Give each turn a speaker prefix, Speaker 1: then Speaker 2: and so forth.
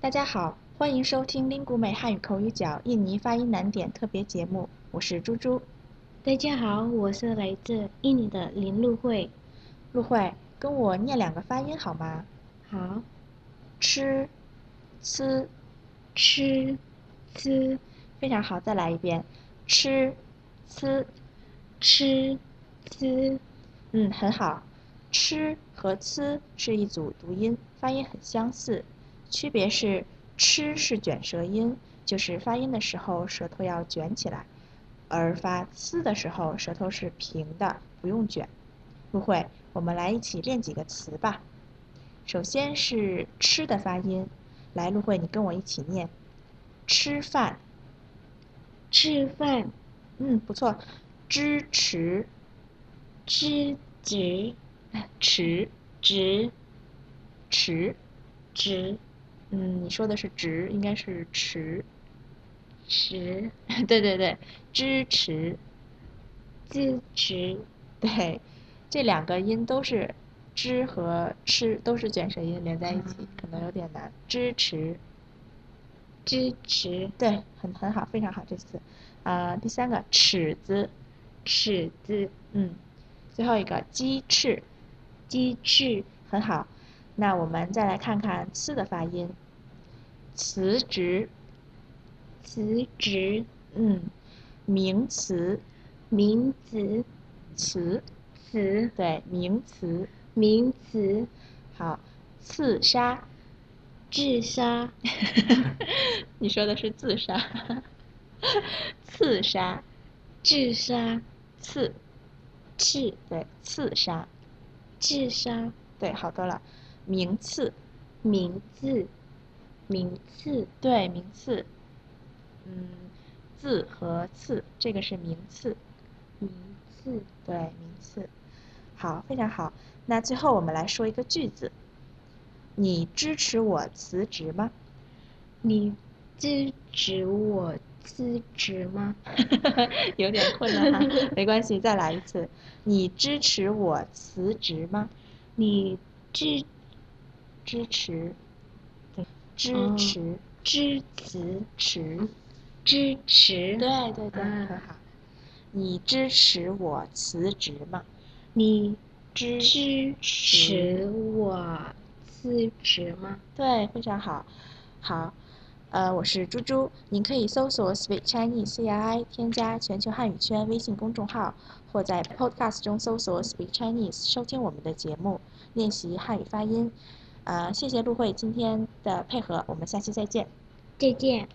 Speaker 1: 大家好，欢迎收听林古美汉语口语角印尼发音难点特别节目，我是猪猪。
Speaker 2: 大家好，我是来自印尼的林路慧。
Speaker 1: 陆慧，跟我念两个发音好吗？
Speaker 2: 好，
Speaker 1: 吃，呲，
Speaker 2: 吃，吃，
Speaker 1: 非常好，再来一遍，吃，呲，
Speaker 2: 吃，吃，
Speaker 1: 嗯，很好。吃和呲是一组读音，发音很相似，区别是吃是卷舌音，就是发音的时候舌头要卷起来，而发呲的时候舌头是平的，不用卷。不会，我们来一起练几个词吧。首先是吃的发音，来，陆慧，你跟我一起念，吃饭，
Speaker 2: 吃饭，
Speaker 1: 嗯，不错，支持，
Speaker 2: 支持，
Speaker 1: 持，
Speaker 2: 直，
Speaker 1: 持，
Speaker 2: 直，
Speaker 1: 嗯，你说的是直，应该是持，
Speaker 2: 持，
Speaker 1: 对对对，支持，
Speaker 2: 支持，
Speaker 1: 对，这两个音都是支和吃都是卷舌音连在一起，可能有点难。支持，
Speaker 2: 支持，
Speaker 1: 对，很很好，非常好这次。啊、第三个尺子，
Speaker 2: 尺子，
Speaker 1: 嗯，最后一个鸡翅，
Speaker 2: 鸡翅，
Speaker 1: 很好。那我们再来看看“呲”的发音，辞职，
Speaker 2: 辞职，
Speaker 1: 嗯，名词，
Speaker 2: 名词，
Speaker 1: 词，
Speaker 2: 词，
Speaker 1: 对，名词。
Speaker 2: 名词，
Speaker 1: 好，刺杀，
Speaker 2: 自杀，
Speaker 1: 你说的是自杀， 刺杀，
Speaker 2: 自杀，
Speaker 1: 刺，
Speaker 2: 刺，
Speaker 1: 对，刺杀，
Speaker 2: 自杀，
Speaker 1: 对，好多了。名次，
Speaker 2: 名字，名字，
Speaker 1: 对，名次，嗯，字和次，这个是名次，
Speaker 2: 名字，
Speaker 1: 对，名次。好，非常好。那最后我们来说一个句子，你支持我辞职吗？
Speaker 2: 你支持我辞职吗？
Speaker 1: 有点困难哈，没关系，再来一次。你支持我辞职吗？
Speaker 2: 你支
Speaker 1: 支持，对，支
Speaker 2: 哦
Speaker 1: 持，
Speaker 2: 支持
Speaker 1: 持，
Speaker 2: 支持，
Speaker 1: 对对对，嗯很
Speaker 2: 啊
Speaker 1: 好。你支持我辞职吗？
Speaker 2: 你
Speaker 1: 支
Speaker 2: 支持我辞职吗？
Speaker 1: 对，非常好。好，呃，我是猪猪，您可以搜索 Speak Chinese C R I 添加全球汉语圈微信公众号，或在 Podcast 中搜索 Speak Chinese 收听我们的节目，练习汉语发音。呃，谢谢陆慧今天的配合，我们下期再见。
Speaker 2: 再见。